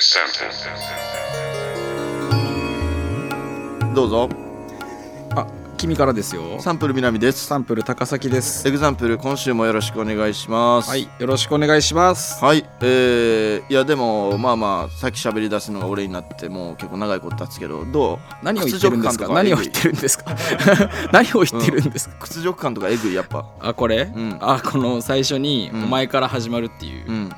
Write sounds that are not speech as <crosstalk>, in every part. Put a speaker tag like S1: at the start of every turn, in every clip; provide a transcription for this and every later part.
S1: example.
S2: どうぞ
S3: あ君からですよ
S2: サンプル南です
S3: サンプル高崎です
S2: エグザンプル今週もよろしくお願いします
S3: はいよろしくお願いします
S2: はいえー、いやでもまあまあさっき喋り出すのが俺になってもう結構長いこと経つけどどう
S3: 何を言ってるんです
S2: 屈辱感
S3: か
S2: と
S3: 何を
S2: えぐ
S3: 言
S2: い
S3: ってるんですか何を言ってるんですか、
S2: 屈辱感とかえぐいやっぱ
S3: あこれ、
S2: ん
S3: あこの最初に「お
S2: うん
S3: 前から始まる」っていう、
S2: う
S3: い
S2: ん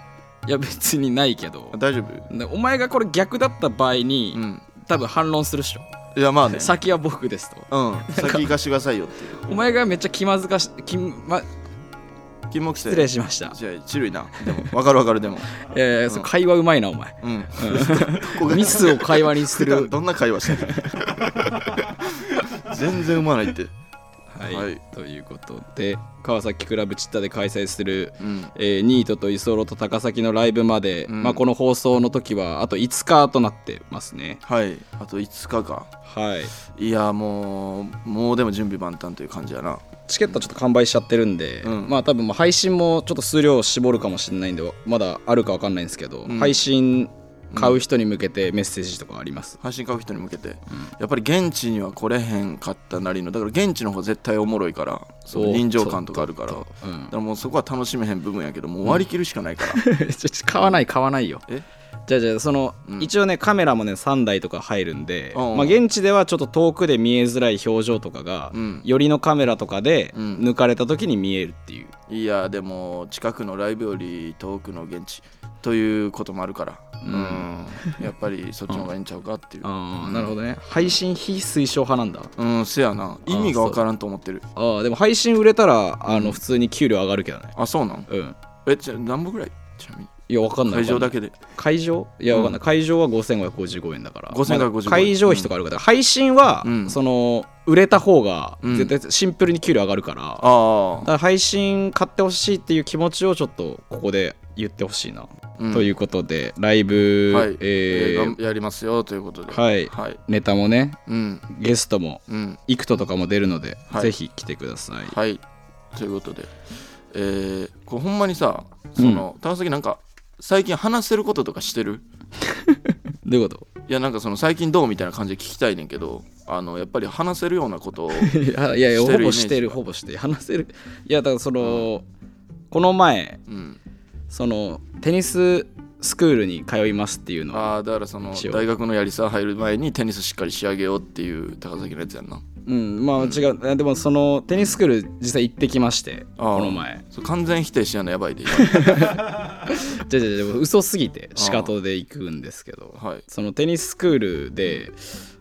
S3: や別にないけど
S2: 大丈夫
S3: でお前がこれ逆だった場合に、
S2: うん
S3: 多分反論するっしょ、
S2: いやまあね
S3: 先は僕ですと
S2: うん先行かしてくださいよっていう
S3: お前がめっちゃ気まずかし気、ま、
S2: 金木犀
S3: 失礼しました、
S2: じゃあチルいなでもわかるわかるでも
S3: えーそう会話うまいなお前
S2: うん
S3: うん <laughs> ミスを会話にす
S2: 普段
S3: る、
S2: どんな会話してる <laughs> 全然生まないって
S3: はい
S2: はい
S3: ということで川崎クラブチッタで開催する、
S2: うん
S3: えーニートとイソロと高崎のライブまで、
S2: うん
S3: まあ、この放送の時はあと5日となってますね
S2: はいあと5日か
S3: はい
S2: いやもうもうでも準備万端という感じやな
S3: チケットはちょっと完売しちゃってるんで、
S2: うん
S3: まあ多分もう配信もちょっと数量を絞るかもしれないんでまだあるかわかんないんですけど、
S2: うん
S3: 配信買う人に向けてメッセージとかあります、
S2: 配信買う人に向けて、やっぱり現地には来れへんかったなりのだから現地の方が絶対おもろいからそ
S3: お
S2: の
S3: ー
S2: 臨場感とかあるからだか
S3: うん
S2: らもうそこは楽しめへん部分やけどもう割り切るしかないから、
S3: <laughs>
S2: <laughs>
S3: ちょちょ買わない買わないよ
S2: え
S3: じゃあじゃあその、
S2: うん
S3: 一応ねカメラもね3台とか入るんで、
S2: うんうん
S3: まあ、現地ではちょっと遠くで見えづらい表情とかが、
S2: うん
S3: よりのカメラとかで
S2: うん
S3: 抜かれた時に見えるっていう、
S2: いやでも近くのライブより遠くの現地ということもあるからうん、やっぱりそっちの方がええんちゃうかっていう
S3: ああなるほどね配信非推奨派なんだ
S2: うんせやな意味がわからんと思ってる
S3: ああでも配信売れたらあの普通に給料上がるけどね
S2: あそうなん
S3: うん
S2: えじゃあ何本ぐらいちなみに
S3: いやわかんない
S2: 会場だ
S3: け
S2: けで
S3: 会場いやわかんない、会場は5555円だから
S2: 5555
S3: まあ会場費とかあるから、配信は、
S2: うん
S3: その売れた方が
S2: うん
S3: 絶対シンプルに給料上がるから、
S2: あ
S3: だから配信買ってほしいっていう気持ちをちょっとここで言ってほしいな、
S2: あ、うん
S3: ということでライブ、
S2: はい、
S3: えー
S2: えーやりますよということでは
S3: はい
S2: はい、
S3: ネタもね
S2: うん
S3: ゲストも
S2: うん
S3: イクトとかも出るので、
S2: はい
S3: ぜひ来てください、
S2: はいということでえー、こうほんまにさその、高崎なんか最近話せることとかしてる
S3: どういうこ
S2: いやなんかその最近どうみたいな感じで聞きたいねんけどあのやっぱり話せるようなこと
S3: <laughs>
S2: を
S3: といやいやいや
S2: して
S3: ほ
S2: るイ
S3: ぼ
S2: メージ
S3: してるほぼしてる話せるいやだからその、この前
S2: うん
S3: そのテニススクールに通いますっていうのは
S2: ああだからその
S3: 一応
S2: 大学のやりさ入る前にテニスしっかり仕上げようっていう高崎のやつやんな
S3: うんまあ違う、でもそのテニススクール実際行ってきまして
S2: あー
S3: この前
S2: そう完全否定しやんのや
S3: <laughs>
S2: ばいで今
S3: じゃじゃじゃ嘘すぎて仕方で行くんですけど
S2: はい
S3: そのテニススクールで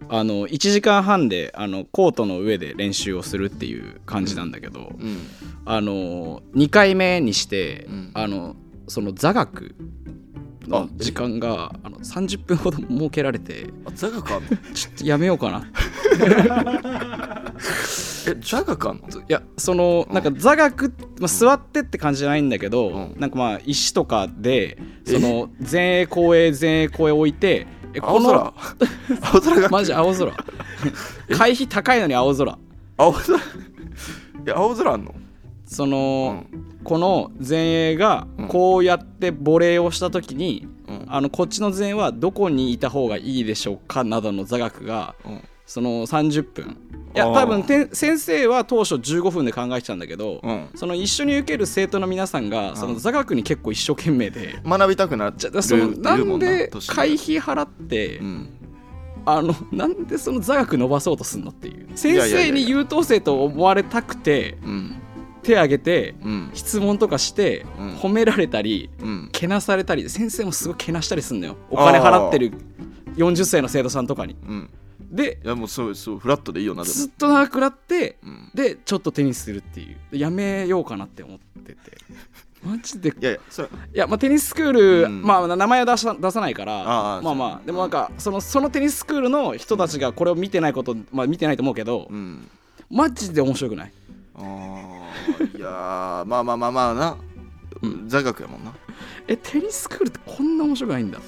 S3: あの1時間半であのコートの上で練習をするっていう感じなんだけど、
S2: うん
S3: あの2回目にして、
S2: うん
S3: あのその座学の
S2: あえ
S3: 時間があの30分ほど設けら
S2: <laughs>
S3: れて
S2: あ座学あんの
S3: ちょっとやめようかな
S2: え座学あんの
S3: いやそのなんか座学、まあ、座ってって感じじゃないんだけど、
S2: うん
S3: なんかまあ石とかでその前衛後衛前衛後衛置いてえ
S2: 青
S3: <laughs>
S2: 空 <laughs> 青空が
S3: マジ
S2: <laughs>
S3: 青空会費高いのに青空
S2: 青空い <laughs> や青空あんの
S3: その、この前衛が
S2: うん
S3: こうやってボレーをした時に、
S2: うん
S3: あのこっちの前衛はどこにいた方がいいでしょうかなどの座学が
S2: うん
S3: その30分いや
S2: あー
S3: 多分て先生は当初15分で考えてたんだけど、
S2: うん
S3: その一緒に受ける生徒の皆さんがその座学に結構一生懸命で。
S2: 学びたくなっち
S3: じ
S2: ゃ
S3: ゃあそのなんで会
S2: 避
S3: 費払って、
S2: うん
S3: あのなんでその座学伸ばそうとすんのっていう
S2: い
S3: 先
S2: やいやい
S3: 生
S2: や
S3: に優等生と思われたくて
S2: うん
S3: 手挙げて
S2: うん
S3: 質問とかして
S2: うん
S3: 褒められたり
S2: うん
S3: けなされたり先生もすごいけなしたりすんのよお金払ってる40歳の生徒さんとかに
S2: うん
S3: で
S2: いやもうそうそうフラットでいいよなでも
S3: ずっと長くなって
S2: うん
S3: でちょっとテニスするっていうでやめようかなって思って
S2: <laughs>
S3: てマジでい
S2: いやいやそれ
S3: やまあテニススクール、
S2: うん
S3: まあ名前は出さ出さないから
S2: ああ
S3: まあまあでもなんかそのそのテニススクールの人たちがこれを見てないことまあ見てないと思うけど、
S2: うん
S3: マジで面白くない
S2: あーいやー <laughs> まあまあまあまあな
S3: うん
S2: 座学やもんな
S3: えテニススクールってこんな面白くないんだ
S2: い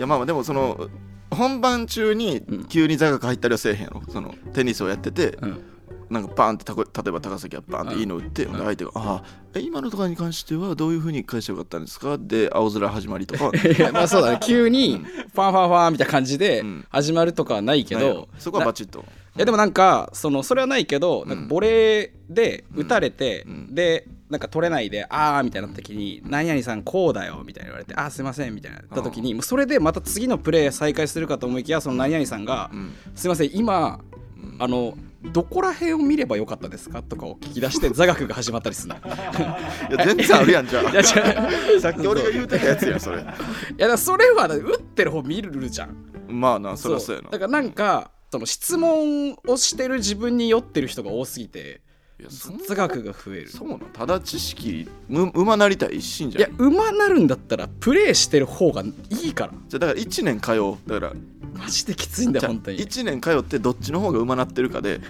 S2: やまあまあでもその本番中に
S3: うん
S2: 急に座学入ったりはせえへんやろそのテニスをやってて
S3: うん
S2: なんかバンってたこ例えば高崎がバンっていいの打って、
S3: ん
S2: で相手が「ああえ今のとかに関してはどういうふうに返してよかったんですか?」で青空始まりとか
S3: いやまあそうだね急にファンファンファンみたいな感じで
S2: うん
S3: 始まるとかはないけ
S2: ないよ
S3: ど、
S2: そこはバチッと
S3: いやでもなんかそのそれはないけどなんかボレーで打たれて、
S2: うん
S3: でなんか取れないで「あー」みたいな時に「何々さんこうだよ」みたいな言われて「あーすいません」みたいな言った時にもうそれでまた次のプレー再開するかと思いきやその何々さんが
S2: う
S3: 「
S2: ん
S3: すいません今
S2: うん
S3: あのどこら辺を見ればよかったですか?」とかを聞き出して <laughs> 座学が始まったりするの。
S2: いや全然あるやんじゃ
S3: いや違
S2: あ
S3: う
S2: さっき俺が言うてたやつやんそれ
S3: いやだからそれは打ってる方見るじゃん。
S2: まあなそりゃそうやな
S3: だからなんかその質問をしてる自分に酔ってる人が多すぎて
S2: いやそんな
S3: 雑学が増える
S2: そうなんただ知識む馬なりたい一心じ
S3: い
S2: ゃ
S3: や
S2: ん
S3: 馬なるんだったらプレイしてる方がいいから
S2: じゃあだから1年通うだから
S3: マジできついんだ
S2: じゃ
S3: よ
S2: あ
S3: 本当にい
S2: 1年通ってどっちの方が馬なってるかで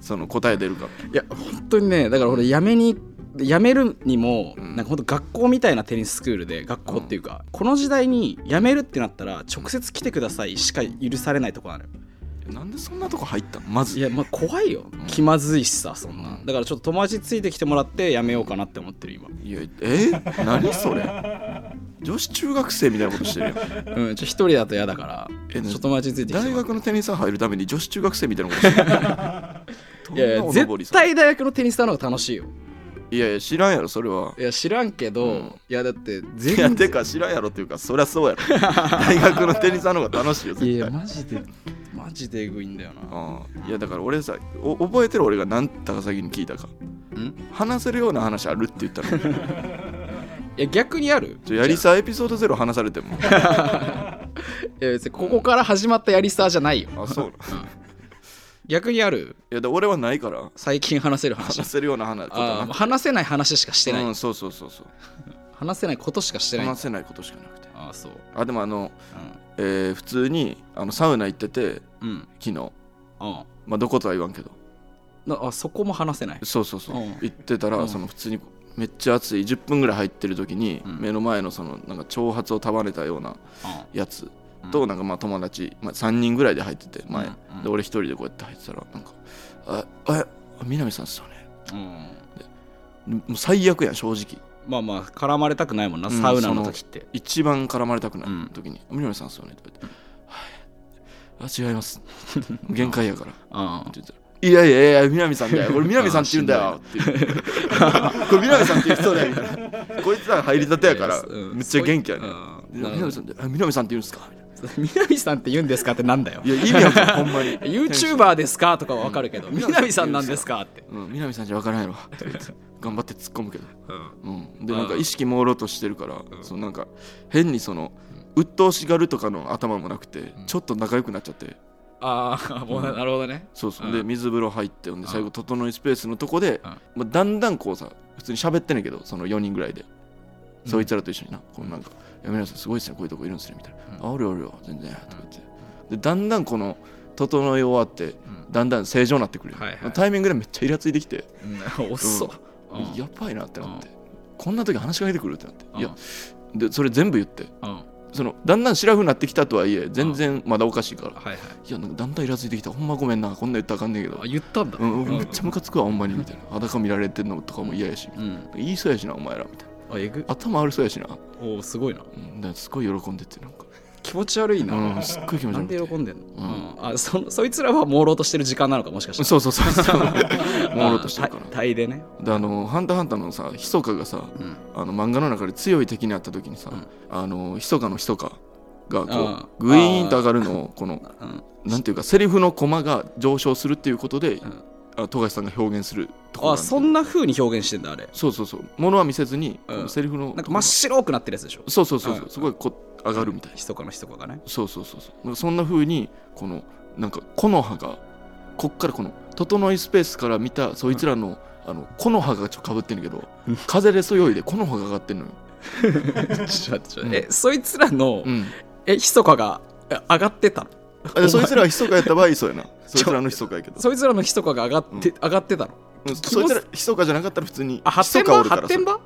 S2: その答え出るか
S3: や本当にねだから俺やめにやめるにも、
S2: うん
S3: なんか本当学校みたいなテニススクールで学校っていうか、この時代にやめるってなったら直接来てくださいしか許されないとこなのよ
S2: なんでそんなとこ入ったんまず
S3: いやまあ怖いよ
S2: ん
S3: 気まずいしさそんなだからちょっと友達ついてきてもらってやめようかなって思ってる今
S2: いやえ <laughs> 何それ女子中学生みたいなことして
S3: <laughs>
S2: るやん
S3: うん、ちょ一人だと嫌だから、ち
S2: え
S3: ょっと友達についてきてもら
S2: 大
S3: う
S2: 学のテニス入るために女子中学生みたいなことしてる
S3: <laughs>
S2: ど
S3: いやいや
S2: んなお登り
S3: 絶
S2: さん
S3: 対大学のテニスターの方が楽しいよ
S2: いやいや知らんやろそれはい
S3: や知らんけど、
S2: うん
S3: いやだって
S2: いや
S3: 全
S2: て
S3: 然
S2: か知らんやろっていうかそりゃそうやろ <laughs> 大学のテニスの方が楽しいよ
S3: い
S2: 絶対
S3: やマジでマジでえぐいんだよな
S2: ああいやだから俺さお覚えてる俺が何高崎に聞いたか
S3: ん
S2: 話せるような話あるって言ったの
S3: いや逆にある
S2: ちょやりさエピソードゼロ話されて
S3: <laughs>
S2: も
S3: いや別にここから始まったやりさじゃないよ
S2: あそうい
S3: 逆にある
S2: やだ俺はないから
S3: 最近話せる話
S2: 話せるような話ことはな
S3: あー
S2: く
S3: 話せない話しかしててない、
S2: うんそうそうそうそう
S3: 話せないことしかしてない
S2: 話せないことしかなくて
S3: ああそう
S2: あでもあの、えー普通にあのサウナ行ってて
S3: うん、うん、
S2: 昨日
S3: あ
S2: まあどことは言わんけど
S3: なあそこも話せない
S2: そうそうそう、
S3: うん
S2: 行ってたら、
S3: うん
S2: その普通にめっちゃ暑い10分ぐらい入ってる時に、
S3: うん
S2: 目の前のそのなんか長髪を束ねたような
S3: あ
S2: やつ
S3: うん
S2: と、なんかまあ友達、まあ、3人ぐらいで入ってて前、
S3: うんうん
S2: で俺一人でこうやって入ってたらなんか「あえ南さんっすよね
S3: うん、」
S2: もう最悪やん正直
S3: まあまあ絡まれたくないもんな
S2: うん
S3: サウナの時って、
S2: 一番絡まれたくな
S3: うん
S2: い時に「南さんっすよね」とか言って「はいあ違い
S3: <laughs>
S2: ます」限界やから」って
S3: うん
S2: 言ったら。いやいやいや、南さん <laughs> だよ。これ南さんって言うんだよ。って言う <laughs> これ南さんって言う人だよ。みたいなこいつら入りたてやから、
S3: うん
S2: めっちゃ元気やね。
S3: うんなるほ
S2: 南
S3: ど
S2: さんって、あ南さんって言うんですかみたい
S3: 南さんって言うんですかってなんだよ。
S2: ないや、意味わ <laughs> かんない、ほんまに。
S3: YouTuber ですかとかはわかるけど、
S2: うん
S3: 南さんなんですかって。
S2: うん、南さんじゃ分からんやろとか言って頑張って突っ込むけど、うん、でなんか意識朦朧としてるから、そのなんか変にその鬱陶しがるとかの頭もなくて、ちょっと仲良くなっちゃって
S3: ああ、もうななるほどね。
S2: そうそう、
S3: うん
S2: で水風呂入ってほんで最後整いスペースのとこで、
S3: うん
S2: まあ、だんだんこうさ普通に喋ってんねんけどその4人ぐらいで、
S3: うん
S2: そいつらと一緒になこうなんか「いや皆さんすごいっすねこういうとこいるんですね」みたいな「
S3: う
S2: あ
S3: ん
S2: おるおるよ全然」とか言ってでだんだんこの整い終わってだんだん正常になってくる、
S3: はいはい
S2: タイミングでめっちゃイラついてきて、
S3: うん遅っ。うん
S2: やばいなってなって、こんな時話しかけてくるってなって、
S3: うん
S2: いやでそれ全部言って
S3: うんは
S2: そのだんだん白くなってきたとはいえ全然まだおかしいから、
S3: いはい。
S2: いやなんかだんだんイラついてきたほんまごめんなこんな言ったらあかんねんけど
S3: あ、言ったんだ。
S2: うん、めっちゃムカつくわほんまにみたいな裸見られてんのとかも嫌やし、
S3: うん。
S2: 言いそうやしなお前らみたいな
S3: あ、えぐ。
S2: 頭悪そうやしな、
S3: おーすごいな。
S2: うん、だからすごい喜んでてなんか、
S3: 気持ち悪い
S2: うん、
S3: な。
S2: すっごい気持ち
S3: な
S2: 悪
S3: ん
S2: くて
S3: で喜んでんのうんあ、そそいつらは朦朧としてる時間なのか、もしかして。
S2: そうそうそう
S3: <laughs>
S2: そう朦朧としてるか
S3: あー
S2: ら
S3: たいでね。
S2: であの「ハンターハンター」のさひそかがさ
S3: うん。
S2: あの漫画の中で強い敵にあった時にさ、
S3: うん
S2: あのひそかのひそかが
S3: あ
S2: こ
S3: ー
S2: うグイーンと上がるのをこの
S3: うん
S2: なんていうかセリフのコマが上昇するっていうことで、
S3: ん
S2: あ富樫さんが表現するところなん
S3: あ、
S2: だけど
S3: そんな風に表現してんだ、あれ。
S2: そうそうそうものは見せずに、
S3: うん
S2: このセリフの
S3: なんか真っ白くなってるやつでしょ。
S2: そうそうそうそう、
S3: うん
S2: すごいこ上がるみたいな、
S3: ひそかのひそかがね。
S2: そうそうそうそうなんかそんな風にこのなんか木の葉がこっからこの整いスペースから見たそいつらの、あの木の葉がちょっとかぶってんねんけど風でそよいで木の葉が上がってんのよ、
S3: ちょっと待ってちょっと待って
S2: うん
S3: えそいつらの、
S2: うん、
S3: えひそかがえ上がってたの
S2: あでそいつらはひそかやった場合
S3: <laughs>
S2: そうやなそいつらのひそかやけど
S3: そいつらのひそかが上がって、上がってたの
S2: うん
S3: 気
S2: そ
S3: 持ち
S2: いつらひそかじゃなかったら普通に
S3: あ
S2: ひ
S3: 発
S2: そ
S3: 展
S2: か
S3: 場
S2: おるから
S3: 発
S2: さ
S3: 展
S2: い
S3: 場、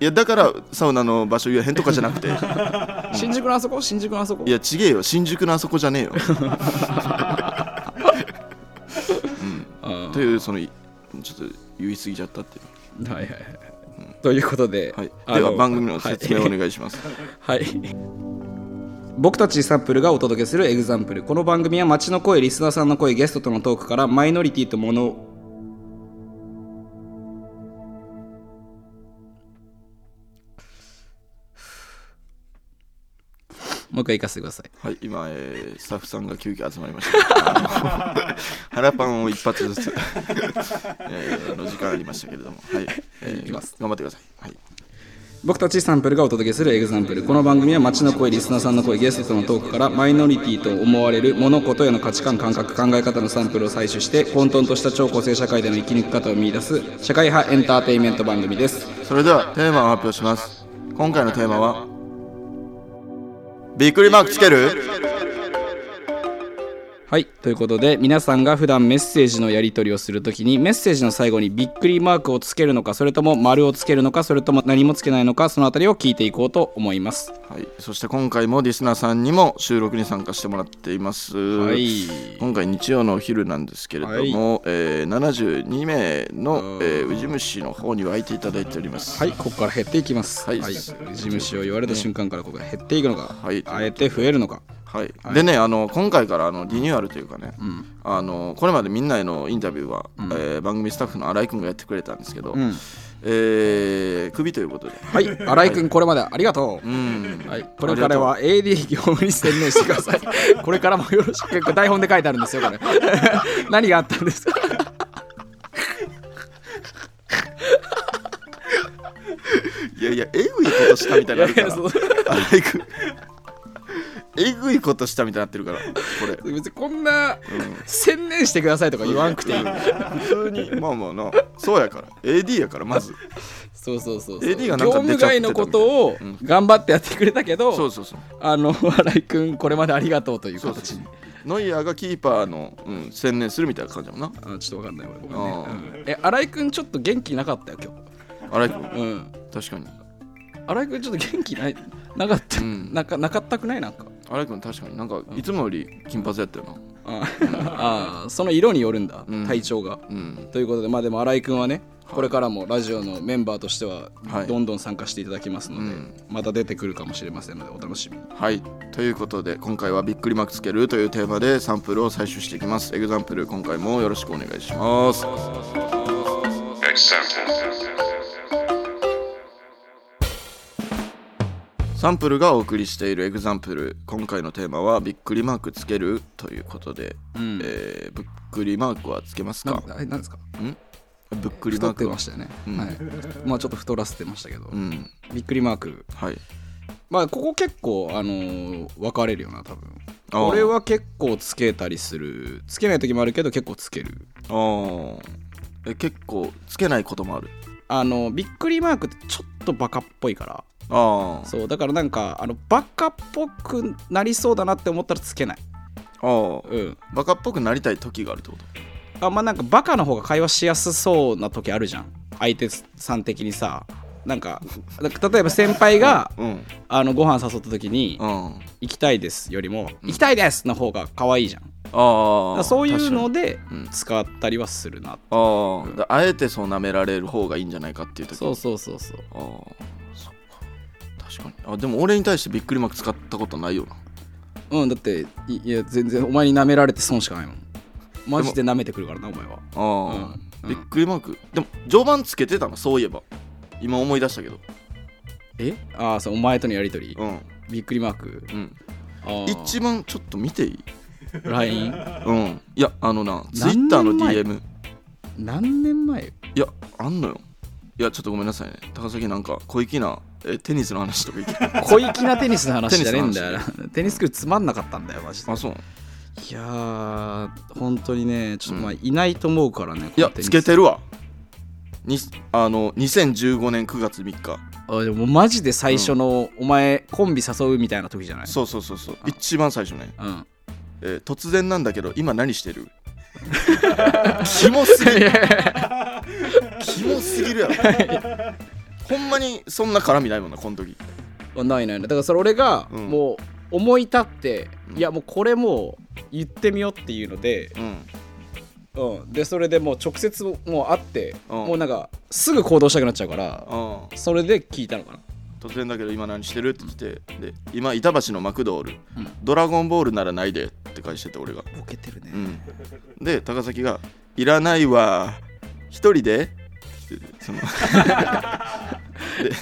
S2: やだからサウナの場所言えへんとかじゃな
S3: <laughs>
S2: くてい
S3: 新宿のあそこ新宿のあそこ
S2: やちげえ
S3: <laughs>
S2: よ新宿のあそこじゃねえよ
S3: うん
S2: というそのいちょっと言い過ぎちゃったっていう
S3: はいはいはい。ということで、
S2: はい、
S3: あの
S2: では番組の説明をお
S3: はい
S2: 願いします。
S3: はい。僕たちサンプルがお届けするエグザンプル。この番組は街の声、リスナーさんの声、ゲストとのトークからマイノリティともの <sighs> もう一回行かせてください。
S2: はい、今、えースタッフさんが急遽集まりました。あ
S3: <laughs>
S2: の腹パンを一発ずつ、 <laughs> えーあの時間ありましたけれども、はい、えー
S3: いきます
S2: 頑張ってください。はい、
S3: 僕たちサンプルがお届けするエグザンプルこの番組は街の声リスナーさんの声ゲストとのトークからマイノリティと思われる物事への価値観感覚考え方のサンプルを採取して混沌とした超個性社会での生き抜き方を見出す社会派エンターテインメント番組です
S2: それではテーマを発表します。今回のテーマは、びっくりマークつける
S3: はいということで皆さんが普段メッセージのやり取りをするときにメッセージの最後にびっくりマークをつけるのかそれとも丸をつけるのかそれとも何もつけないのかそのあたりを聞いていこうと思います
S2: はい、そして今回もリスナーさんにも収録に参加してもらっています。
S3: はい
S2: 今回日曜のお昼なんですけれども、えー72名の、えー、ウジ虫の方に湧いていただいております。
S3: はい、ここから減っていきます。
S2: は
S3: はいい、事務所を言われた瞬間からここが減っていくのか、
S2: い
S3: あえて増えるのか。
S2: はい、でねあの今回からあのリニューアルというかね、あのこれまでみんなへのインタビューは、えー番組スタッフの新井君がやってくれたんですけど、
S3: ん
S2: えー、クビということで、
S3: はい、新井君、これまでありがとう。
S2: うん
S3: はい、これからは AD 業務に専念してくだ
S2: <laughs>
S3: さい。これからもよろしく。これ台本で書いてあるんですよ、これ。 <laughs> 何があったんですか
S2: いやいやえぐいことしたみたいになるから
S3: いやいや
S2: 新井君えぐいことしたみたいになってるからこれ
S3: 別にこんな、専念してくださいとか言わんくていい。
S2: 普通にまあまあなそうやから AD やからまず
S3: そうそうそうそう。
S2: AD がなん
S3: 業
S2: か出
S3: 務
S2: ちゃってたみたい
S3: 外のことを頑張ってやってくれたけど、
S2: そうそうそう
S3: あの、新井君、これまでありがとうという
S2: そうそう
S3: 形
S2: そう
S3: に。
S2: ノイアーがキーパーの、うん、専念するみたいな感じだもんな
S3: あちょっとわかんない、俺。ごめ
S2: あ
S3: んね。うんえ、新井君、ちょっと元気なかったよ、今
S2: 新井君
S3: 日。うん。
S2: 確かに
S3: 新井君ちょっと元気ないなかった、
S2: ん
S3: なかなかったくないなんか
S2: 新井君確かになんかいつもより金髪やったよな
S3: ああその色によるんだ、
S2: ん
S3: 体調が、
S2: うん
S3: ということでまあでも新井君はねこれからもラジオのメンバーとしては
S2: はい
S3: どんどん参加していただきますので、
S2: うん
S3: また出てくるかもしれませんのでお楽しみに
S2: はいということで今回はびっくりマークつけるというテーマでサンプルを採取していきますエグザンプル今回もよろしくお願いしますサンプルがお送りしているエグザンプル今回のテーマはびっくりマークつけるということで、
S3: うん
S2: えーぶっくりマークはつけます
S3: な
S2: か
S3: んあれなんですか
S2: ぶっくりマ
S3: 太
S2: ー
S3: って
S2: クは
S3: ましたよね、
S2: うん
S3: はい <laughs> まあちょっと太らせてましたけど、
S2: うん
S3: びっくりマーク
S2: はい
S3: まあここ結構あのー分かれるよな多分
S2: あー
S3: これは結構つけたりするつけない時もあるけど結構つける
S2: あーえ結構つけないこともある
S3: あのびっくりマークってちょっとバカっぽいから
S2: あー
S3: そうだからなんかあのバカっぽくなりそうだなって思ったらつけない
S2: あー
S3: うん
S2: バカっぽくなりたい時があるってこと
S3: あんまあなんかバカの方が会話しやすそうな時あるじゃん相手さん的にさなんかなんか例えば先輩が <laughs>
S2: うん
S3: あのご飯誘った時に
S2: うん
S3: 「行きたいです」よりも「行きたいです」の方が可愛いじゃんだか
S2: ああ
S3: らそういう
S2: 確
S3: の
S2: かに
S3: で
S2: うん
S3: 使ったりはするな
S2: あーだあえてそう舐められる方がいいんじゃないかっていう時
S3: そうそうそうそう
S2: ああそっか確かにあでも俺に対してびっくりマーク使ったことないよな
S3: うんだっていいや全然お前に舐められて損しかないもんマジで舐めてくるからなお前は
S2: あー、
S3: うん
S2: びっくりマークでも序盤つけてたのそういえば今思い出したけど
S3: えああそうお前とのやり取り
S2: うん
S3: びっくりマーク
S2: うん
S3: あー
S2: 一番ちょっと見ていい
S3: LINE
S2: うんいやあのなツイッ
S3: 何
S2: ターの
S3: 年前
S2: DM
S3: 何年前
S2: いやあんのよいやちょっとごめんなさいね高崎なんか小粋なえテニスの話とか言
S3: <laughs>
S2: って
S3: 小粋なテニスの話じゃねえんだよ
S2: テニ
S3: なテニスクールつまんなかったんだよマジで
S2: あそう
S3: いやー本当にねちょっとまあいないと思うからね、
S2: いや
S3: このテニ
S2: つ
S3: ス
S2: けてるわにあの2015年9月3日
S3: あでもマジで最初の、お前コンビ誘うみたいな時じゃない
S2: そうそうそうそう一番最初ね、
S3: う、ん、
S2: えー突然なんだけど今何
S3: <laughs>
S2: してるキモすぎるキモすぎるやろほんまにそんな絡みないもんなこの時
S3: あないないないだからそれ俺が
S2: うん
S3: もう思い立って、
S2: うん
S3: いやもうこれもう言ってみようっていうので
S2: うん
S3: うん、でそれでもう直接もう会って、
S2: うん
S3: もうなんかすぐ行動したくなっちゃうから、
S2: うん
S3: それで聞いたのかな
S2: 突然だけど今何してるって来てで今板橋のマクドール、
S3: うん
S2: ドラゴンボールならないでって返してて俺が、
S3: ボケてるね
S2: うん、で高崎が「いらないわ一人で?」ってその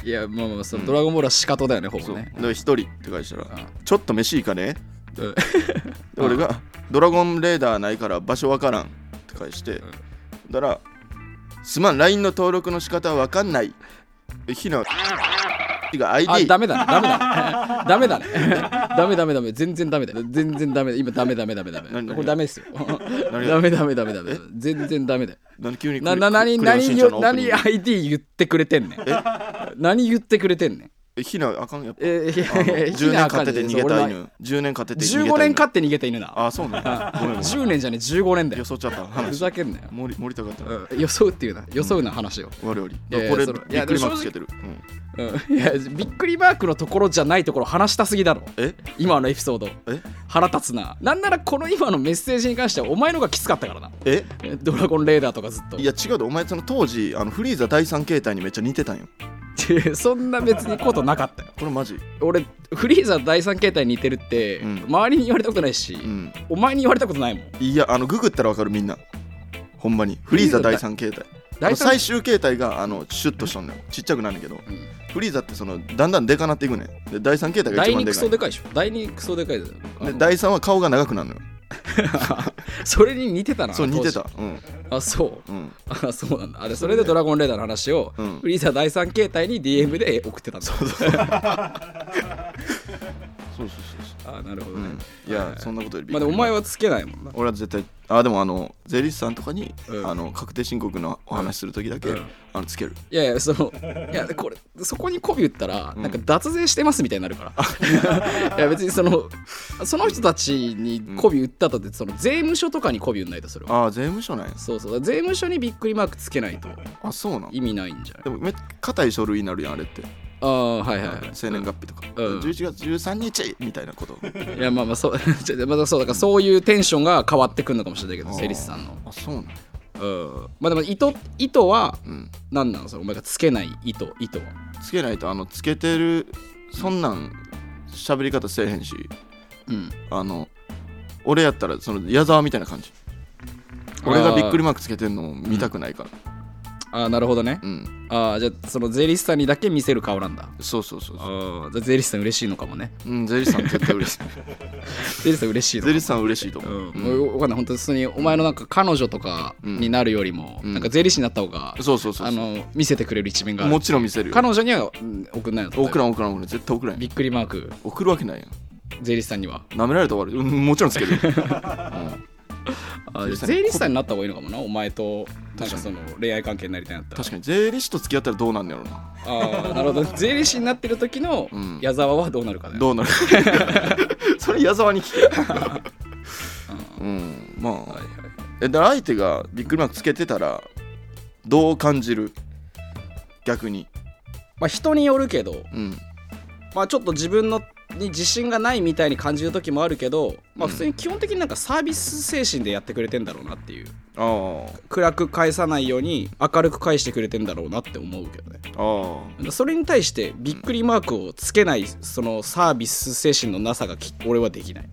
S3: いやまあまあその、ドラゴンボールは仕方だよねほぼ
S2: そう
S3: ね
S2: で一人って返したら
S3: あ
S2: 「ちょっと飯行かね?」
S3: うん
S2: で俺が「ドラゴンレーダーないから場所わからん」って返してだから「すまん LINE の登録の仕方わかんない」ひなが
S3: あ
S2: ID
S3: ダメだねダメだね <laughs> ダメだねダメダメダメ全然ダメだ全然ダメだ今ダメダメダメダ
S2: 何
S3: メ
S2: 何
S3: これダメですよ
S2: 何
S3: ダメダメダメダメ全然ダメだよ
S2: 何急に
S3: なな何
S2: クレヨンしん
S3: 何
S2: ちゃん
S3: よ
S2: のオープニン
S3: 何
S2: グ
S3: ID 言ってくれてんねん何言ってくれてんねん
S2: えひなあかんやっぱ
S3: えーい
S2: あの
S3: やいや
S2: 10年飼ってて逃げ
S3: 俺
S2: た
S3: は
S2: 犬10年飼ってて逃げた犬
S3: 15年飼って逃げた犬な
S2: あそうねごめんごめ
S3: 10年じゃねえ15年
S2: ん
S3: だ
S2: よ
S3: よ
S2: そっちゃった
S3: ふ
S2: 話
S3: ざけんなよ
S2: 盛り盛りたかった
S3: うんよそうっていうなよそうな話を
S2: 我々
S3: やいや
S2: これ
S3: そ
S2: び
S3: の
S2: っ
S3: いや
S2: くりマー
S3: で
S2: ク
S3: も正直
S2: つけてるうん
S3: うんいやびっくりマークのところじゃないところ話したすぎだろ
S2: え
S3: 今のエピソード
S2: え
S3: 腹立つななんならこの今のメッセージに関してはお前のがきつかったからな
S2: え
S3: えドラゴンレーダーとかずっと
S2: いや違うでお前その当時あのフリーザ第三形態にめっちゃ似てたんよ
S3: やそんな別にことなかったよ
S2: これマジ
S3: 俺フリーザ第三形態に似てるって、
S2: うん
S3: 周りに言われたことないし、
S2: うん
S3: お前に言われたことないもん
S2: いやあのググったらわかるみんなほんまにフリーザ第三形態あの
S3: 第三
S2: 最終形態があのシュッとしとんねんちっちゃくなんねんけど
S3: ん
S2: フリーザってそのだんだんでかなっていくねんで第三形態が
S3: 第
S2: 一番
S3: 二
S2: で
S3: ク
S2: か
S3: ソ
S2: い
S3: でかいでしょ第二クソでかいだよ
S2: で第三は顔が長くなるのよ
S3: それに似てたな
S2: そう似て
S3: 当
S2: たうん
S3: 時あそう
S2: うん
S3: あそうなんだあれそれでドラゴンレーダーの話を、
S2: うん
S3: フリーザ第三形態に DM で送ってたんだ
S2: そうそうそうそう
S3: <laughs> あなるほど
S2: う
S3: ね、
S2: んいや、そんなことよりびっ
S3: まあ
S2: くり
S3: でもお前はつけないもんな
S2: 俺は絶対あでもあの税理士さんとかに、
S3: うん
S2: あの確定申告のお話するときだけ、
S3: うん
S2: あのつける
S3: いやいやそ <laughs> のいやこれそこに媚び打ったら、なんか脱税してますみたいになるから <laughs> いや別にそのその人たちに媚び打ったとってその税務署とかに媚び打んないとそれは
S2: ああ税務署なんや
S3: そうそう税務署にびっくりマークつけないと
S2: あそうなん
S3: 意味ないんじゃない
S2: でもめ硬い書類になるやんあれって
S3: ああはいはいはい
S2: 生年月日とか、
S3: うん
S2: 11月13日みたいなこと
S3: いやまあまあそう <laughs> ちょまあそうだからそういうテンションが変わってくるのかもしれないけど
S2: あー
S3: <laughs> セリスさんの
S2: あそうなん
S3: うんまあでも意図意図は
S2: うん
S3: 何なのそれお前がつけない意図意図は
S2: つけないとあのつけてるそんなん喋り方せえへんし
S3: うん
S2: あの俺やったらその矢沢みたいな感じ俺がびっくり
S3: あ
S2: マークつけてんの見たくないから
S3: ーあーなるほどね
S2: うん、
S3: ああじゃあその税理士さんにだけ見せる顔なんだ
S2: そうそうそうそう
S3: ああじゃあ税理士さん嬉しいのかもね
S2: うん税理士さん絶対
S3: <laughs>
S2: 嬉しい
S3: 税理士さん嬉しいの
S2: 税理士さん嬉しいと思う、
S3: うん、もう分かんない本当に普通にお前のなんか彼女とかになるよりも、
S2: うん
S3: なんか税理士になった方が、
S2: そうそうそうそう
S3: あの見せてくれる一面がある
S2: もちろん見せるよ
S3: 彼女には、うん送んないの
S2: 送らん送らん送らん絶対送らん
S3: びっくりマーク
S2: 送るわけないやん
S3: 税理士さんには
S2: 舐められたら終わるうんもちろんつけるよ、うん
S3: あ
S2: 税理士さん
S3: 税理士さんになった方がいいのかもなお前となんかその恋愛関係になりたいなったら
S2: 確かに税理士と付き合ったらどうなんねやろうな
S3: ああなるほど税理士になってる時の
S2: うん
S3: 矢沢はどうなるかだよ、
S2: どう <laughs> なるそれ矢沢に聞け <laughs> うんまあ、
S3: はいはい
S2: えだから相手がビックリマークつけてたらどう感じる逆に
S3: まあ人によるけど
S2: うん
S3: まあちょっと自分のに自信がないみたいに感じる時もあるけど、まあ、普通に基本的になんかサービス精神でやってくれてんだろうなっていう
S2: ああ
S3: 暗く返さないように明るく返してくれてんだろうなって思うけどね
S2: ああ
S3: それに対してびっくりマークをつけないそのサービス精神のなさがき俺はできない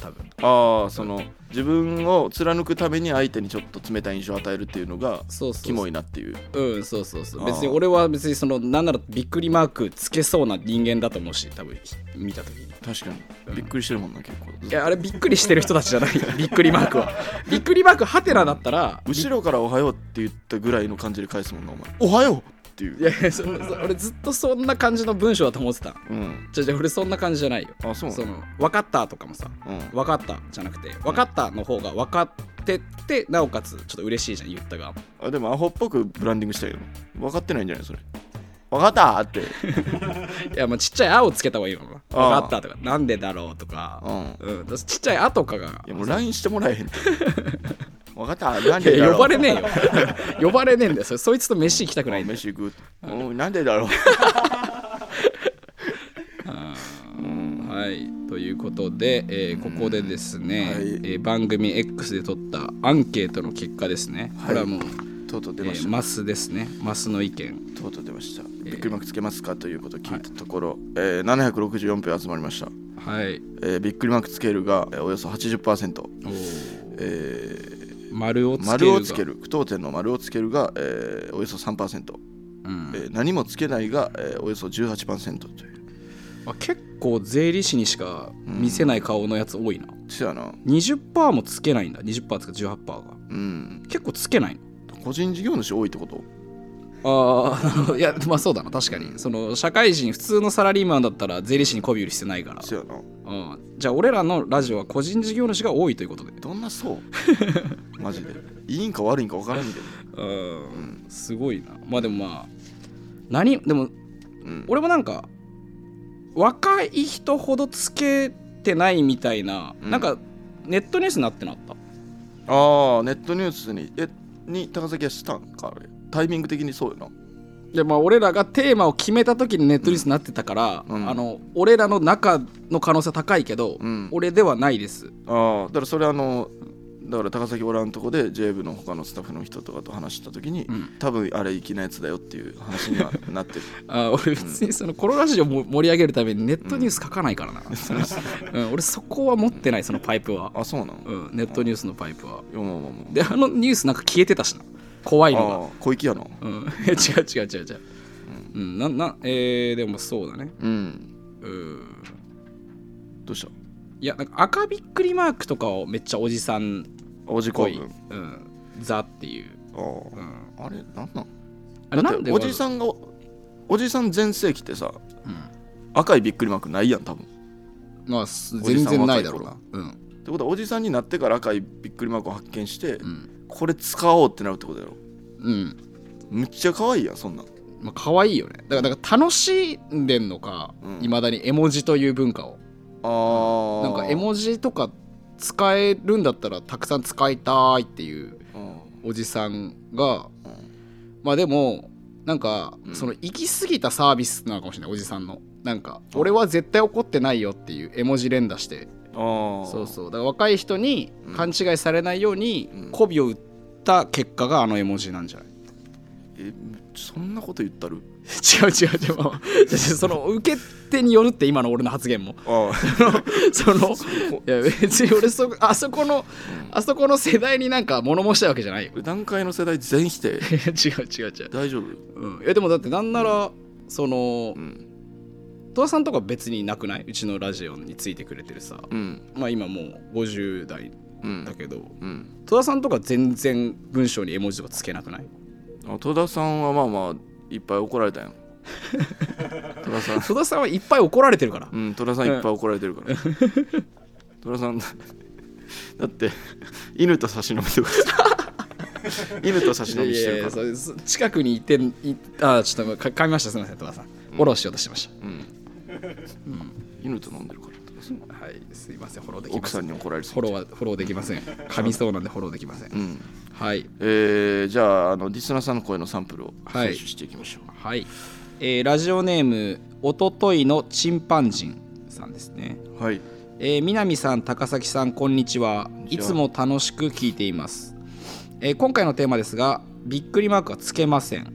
S3: 多分
S2: ああその自分を貫くために相手にちょっと冷たい印象を与えるっていうのが
S3: そうそう
S2: キモいなっていう
S3: うんそうそうそう
S2: あー
S3: 別に俺は別にそのなんならびっくりマークつけそうな人間だと思うし多分見た時に
S2: 確かにびっくりしてるもんな結構
S3: いやあれびっくりしてる人たちじゃないよびっくりマーク <laughs> はびっくりマークハテナだったら
S2: 後ろから「おはよう」って言ったぐらいの感じで返すもんなお前「おはよう」っていう
S3: いやいやそ <laughs> のそ俺ずっとそんな感じの文章だと思ってた
S2: うん
S3: じゃじゃ俺そんな感じじゃないよ
S2: あそうな
S3: そ
S2: の
S3: の分かったとかもさ
S2: うん
S3: 分かったじゃなくて分かったの方が分かってってなおかつちょっと嬉しいじゃん言っ
S2: <laughs>
S3: たが
S2: あでもアホっぽくブランディングしたけど分かってないんじゃないそれ分かったーって
S3: いやまあちっちゃい「あ」をつけた方がいいのかな分
S2: ああ
S3: かったとかなんでだろうとか
S2: う
S3: うんだからちっちゃい「あ」とかが
S2: いやもう LINE してもらえへんって分かったーなんで
S3: い
S2: だろ
S3: や
S2: う
S3: 呼ばれねえよ <laughs> 呼ばれねえんだよそれそいつと飯行きたくない
S2: あ
S3: んだよ
S2: 飯行くうんなんでだろう
S3: はいということで、えーここでですね、
S2: はい
S3: えー番組 X で取ったアンケートの結果ですね、
S2: はい
S3: これはもう、
S2: とうとう
S3: え
S2: 出ました、
S3: ー、マスですねマスの意見
S2: とうとう出ましたびっくりマークつけますかということを聞いたところ、えー764票集まりました、
S3: はい
S2: えーびっくりマークつけるがえーおよそ80%、
S3: おー
S2: えー
S3: 丸をつけるが
S2: 丸をつける句読点の丸をつけるが、えーおよそ3%、
S3: うん
S2: えー何もつけないが、えーおよそ18%という
S3: あ結構税理士にしか見せない顔のやつ多いな、
S2: そうやな
S3: 20%もつけないんだ20%つか18%が
S2: うん
S3: 結構つけないの
S2: 個人事業主多いってこと
S3: ああなるほど <laughs> いやまあそうだな確かにその社会人普通のサラリーマンだったら税理士に媚び売りしてないから、
S2: そうやな
S3: うん、じゃあ俺らのラジオは個人事業主が多いということで
S2: どんな層 <laughs> マジでいいんか悪いんか分からんけど
S3: うんすごいなまあでもまあ何でも
S2: うん
S3: 俺もなんか若い人ほどつけてないみたいな、
S2: うん
S3: なんかネットニュースになってなった
S2: ああネットニュースにえに高崎はしたんかあれタイミング的にそうやな
S3: でまあ俺らがテーマを決めた時にネットニュースになってたから、
S2: うん
S3: あの俺らの中の可能性は高いけど、
S2: うん
S3: 俺ではないです
S2: ああだからそれあのだから高崎おらんとこで J 部の他のスタッフの人とかと話した時に、
S3: ん
S2: 多分あれ粋なやつだよっていう話に
S3: <laughs>
S2: はなってる
S3: あ俺別にそのコロラジオも盛り上げるためにネットニュース書かないからな、 <laughs> うん俺そこは持ってないそのパイプは、
S2: あそうなの、
S3: う
S2: い
S3: ん、ネットニュースのパイプは
S2: やまあまあまあ
S3: であのニュースなんか消えてたしな怖いのが
S2: ああ小粋やな
S3: うん <laughs> 違う違う違う違う、うん、ななえー、でもそうだね
S2: うん
S3: うん
S2: どうした
S3: いやなんか赤びっくりマークとかをめっちゃおじさんっ
S2: おじこ
S3: ぽ
S2: い
S3: い、うん、ザっていう、う
S2: ああ
S3: ん、
S2: あれなんなん
S3: あれなん
S2: だって
S3: で
S2: おじ
S3: ん、
S2: さんがおじさん全盛期ってさ
S3: うん
S2: 赤いびっくりマークないやん多分
S3: まあす全然ないだろうなうん
S2: ってことはおじさんになってから赤いびっくりマークを発見して、
S3: うん
S2: これ使おうってなるってことやろ
S3: うん
S2: むっちゃ可愛いやんそんなん
S3: まあ可愛いよねだからだから楽しんでんのか
S2: うん
S3: いま、未だに絵文字という文化を
S2: ああ
S3: なんか絵文字とか使えるんだったらたくさん使いたいっていうおじさんがまあでもなんか、
S2: うん
S3: その行き過ぎたサービスなのかもしれないおじさんのなんか
S2: うん
S3: 俺は絶対怒ってないよっていう絵文字連打して
S2: ああ
S3: そうそうだから若い人に
S2: うん
S3: 勘違いされないように
S2: うん
S3: 媚びを売った結果があの絵文字なんじゃない
S2: えそんなこと言ったる
S3: <laughs> 違う違う違うまあまあ違う違う <laughs> その受け手によるって今の俺の発言 <laughs> も
S2: あ
S3: その
S2: こ
S3: いや別に俺そあそこのあそこの世代になんか物申したいわけじゃないよ
S2: あ段階の世代全否定
S3: <laughs> 違う違う違う、
S2: 大丈夫
S3: うん、いやでもだってなんならその
S2: うん
S3: 戸田さんとか別にいなくないうちのラジオについてくれてるさ
S2: うん
S3: まあ今もう50代
S2: うん
S3: だけど
S2: うん
S3: 戸田さんとか全然文章に絵文字とかつけなくない
S2: あ戸田さんはまあまあいっぱい怒られたやん戸田さん
S3: 戸田さんはいっぱい怒られてるから
S2: うん戸田さんいっぱい怒られてる
S3: <laughs>
S2: から戸田さんだって犬と差し伸べてください犬と差し伸びしてるから
S3: いやいやそう近くにいていあちょっとかかみましたすみません戸田さんフォローしようとしてまし
S2: うん犬と飲んでるから戸田さん
S3: たはいすいませんフォローできま
S2: 奥
S3: せ
S2: さ
S3: ん
S2: んに怒られる
S3: フォローはフォローできません噛みそうなんでフォローできません
S2: うん
S3: はい
S2: えー、じゃああのリスナーさんの声のサンプルを
S3: はい
S2: 採取していきましょう、
S3: はい、えーラジオネームおとといのチンパンジンさんですね
S2: はい。
S3: えー南さん高崎さんこんにちは
S2: に
S3: い
S2: ちは
S3: つも楽しく聞いています、えー今回のテーマですがびっくりマークはつけませ
S2: は
S3: ん
S2: い。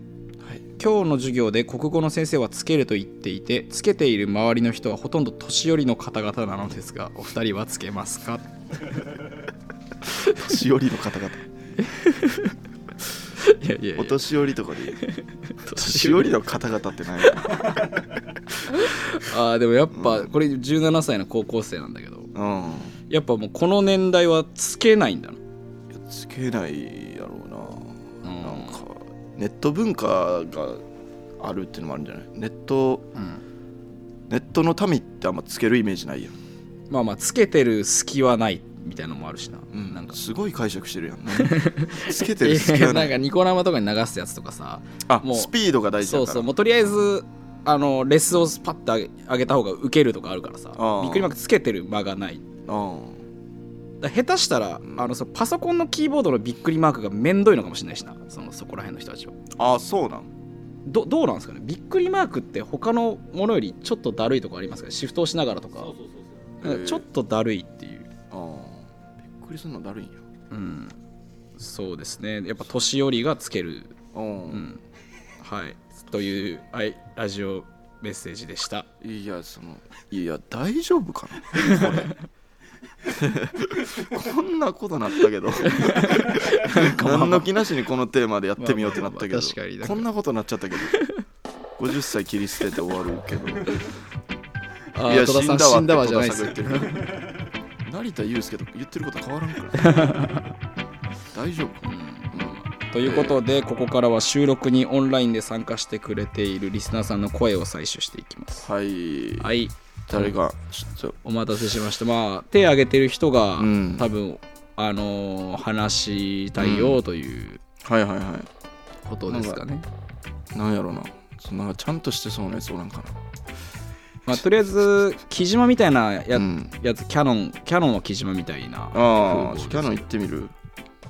S3: 今日の授業で国語の先生はつけると言っていてつけている周りの人はほとんど年寄りの方々なのですがお二人はつけますか
S2: <laughs> 年寄りの方々。
S3: <laughs> いやいや
S2: お年寄りとかでい
S3: <laughs>
S2: い。年
S3: 年
S2: 寄
S3: 寄
S2: り
S3: り
S2: の方々って何
S3: あーでもやっぱこれ17歳の高校生なんだけど
S2: うん。
S3: やっぱもうこの年代はつけないんだない
S2: やつけないやろうな。
S3: うん
S2: なんか、ネット文化があるっていうのもあるんじゃないネット、
S3: うん
S2: ネットの民ってあんまつけるイメージないやん。
S3: まあまあつけてる隙はないみたいなのもあるしな,、
S2: うん、
S3: な
S2: なんん
S3: か
S2: かすごい解釈してるや <laughs> ん。つけてる好き
S3: いや
S2: や
S3: な
S2: なんい。
S3: かニコ生とかに流すやつとかさ
S2: あ、
S3: もう
S2: スピードが大事だか
S3: そ
S2: ら。
S3: うそうもうとりあえずあのレスをパッと上げ上げた方がウケるとかあるからさ
S2: ああ
S3: びっくりマークつけてる間がない
S2: うん。
S3: だ下手したら、
S2: ん
S3: あのそのパソコンのキーボードのびっくりマークがめんどいのかもしれないしなそのそこら辺の人たちは
S2: あ、そうなん。
S3: どどうなんですかねびっくりマークって他のものよりちょっとだるいとこありますかねシフトをしながらとかなんかちょっとだるいっていう、
S2: ああびっくりするのだるいんや
S3: うん、そうですねやっぱ年寄りがつける、
S2: うん、
S3: うん、はいという、はい、ラジオメッセージでした
S2: いやそのいや大丈夫かな <laughs> これこんなことなったけど何の気なしにこのテーマでやってみようってなったけ
S3: ま
S2: ど
S3: あまあまあ確かになんか
S2: こんなことなっちゃったけど50歳切り捨てて終わるけど
S3: あ
S2: いや
S3: 戸田さん死んだわじゃないです
S2: よ
S3: よ
S2: <laughs> 成田悠介と言ってること変わらんから
S3: <laughs>
S2: 大丈夫かな、
S3: ということで、ここからは収録にオンラインで参加してくれているリスナーさんの声を採取していきます
S2: はい、
S3: はい
S2: 誰がちょっと
S3: お待たせしましたまあ手挙げてる人が、
S2: うん
S3: 多分あのー話したいよという
S2: はいはいは
S3: ことですかね、
S2: いなんやろうなそんなちゃんとしてそうなやつおらんかな
S3: まあ、とりあえず木島みたいなや,、
S2: うん
S3: やつキャノンキャノンは木島みたいな
S2: ああ
S3: 風貌です
S2: キャノン行ってみる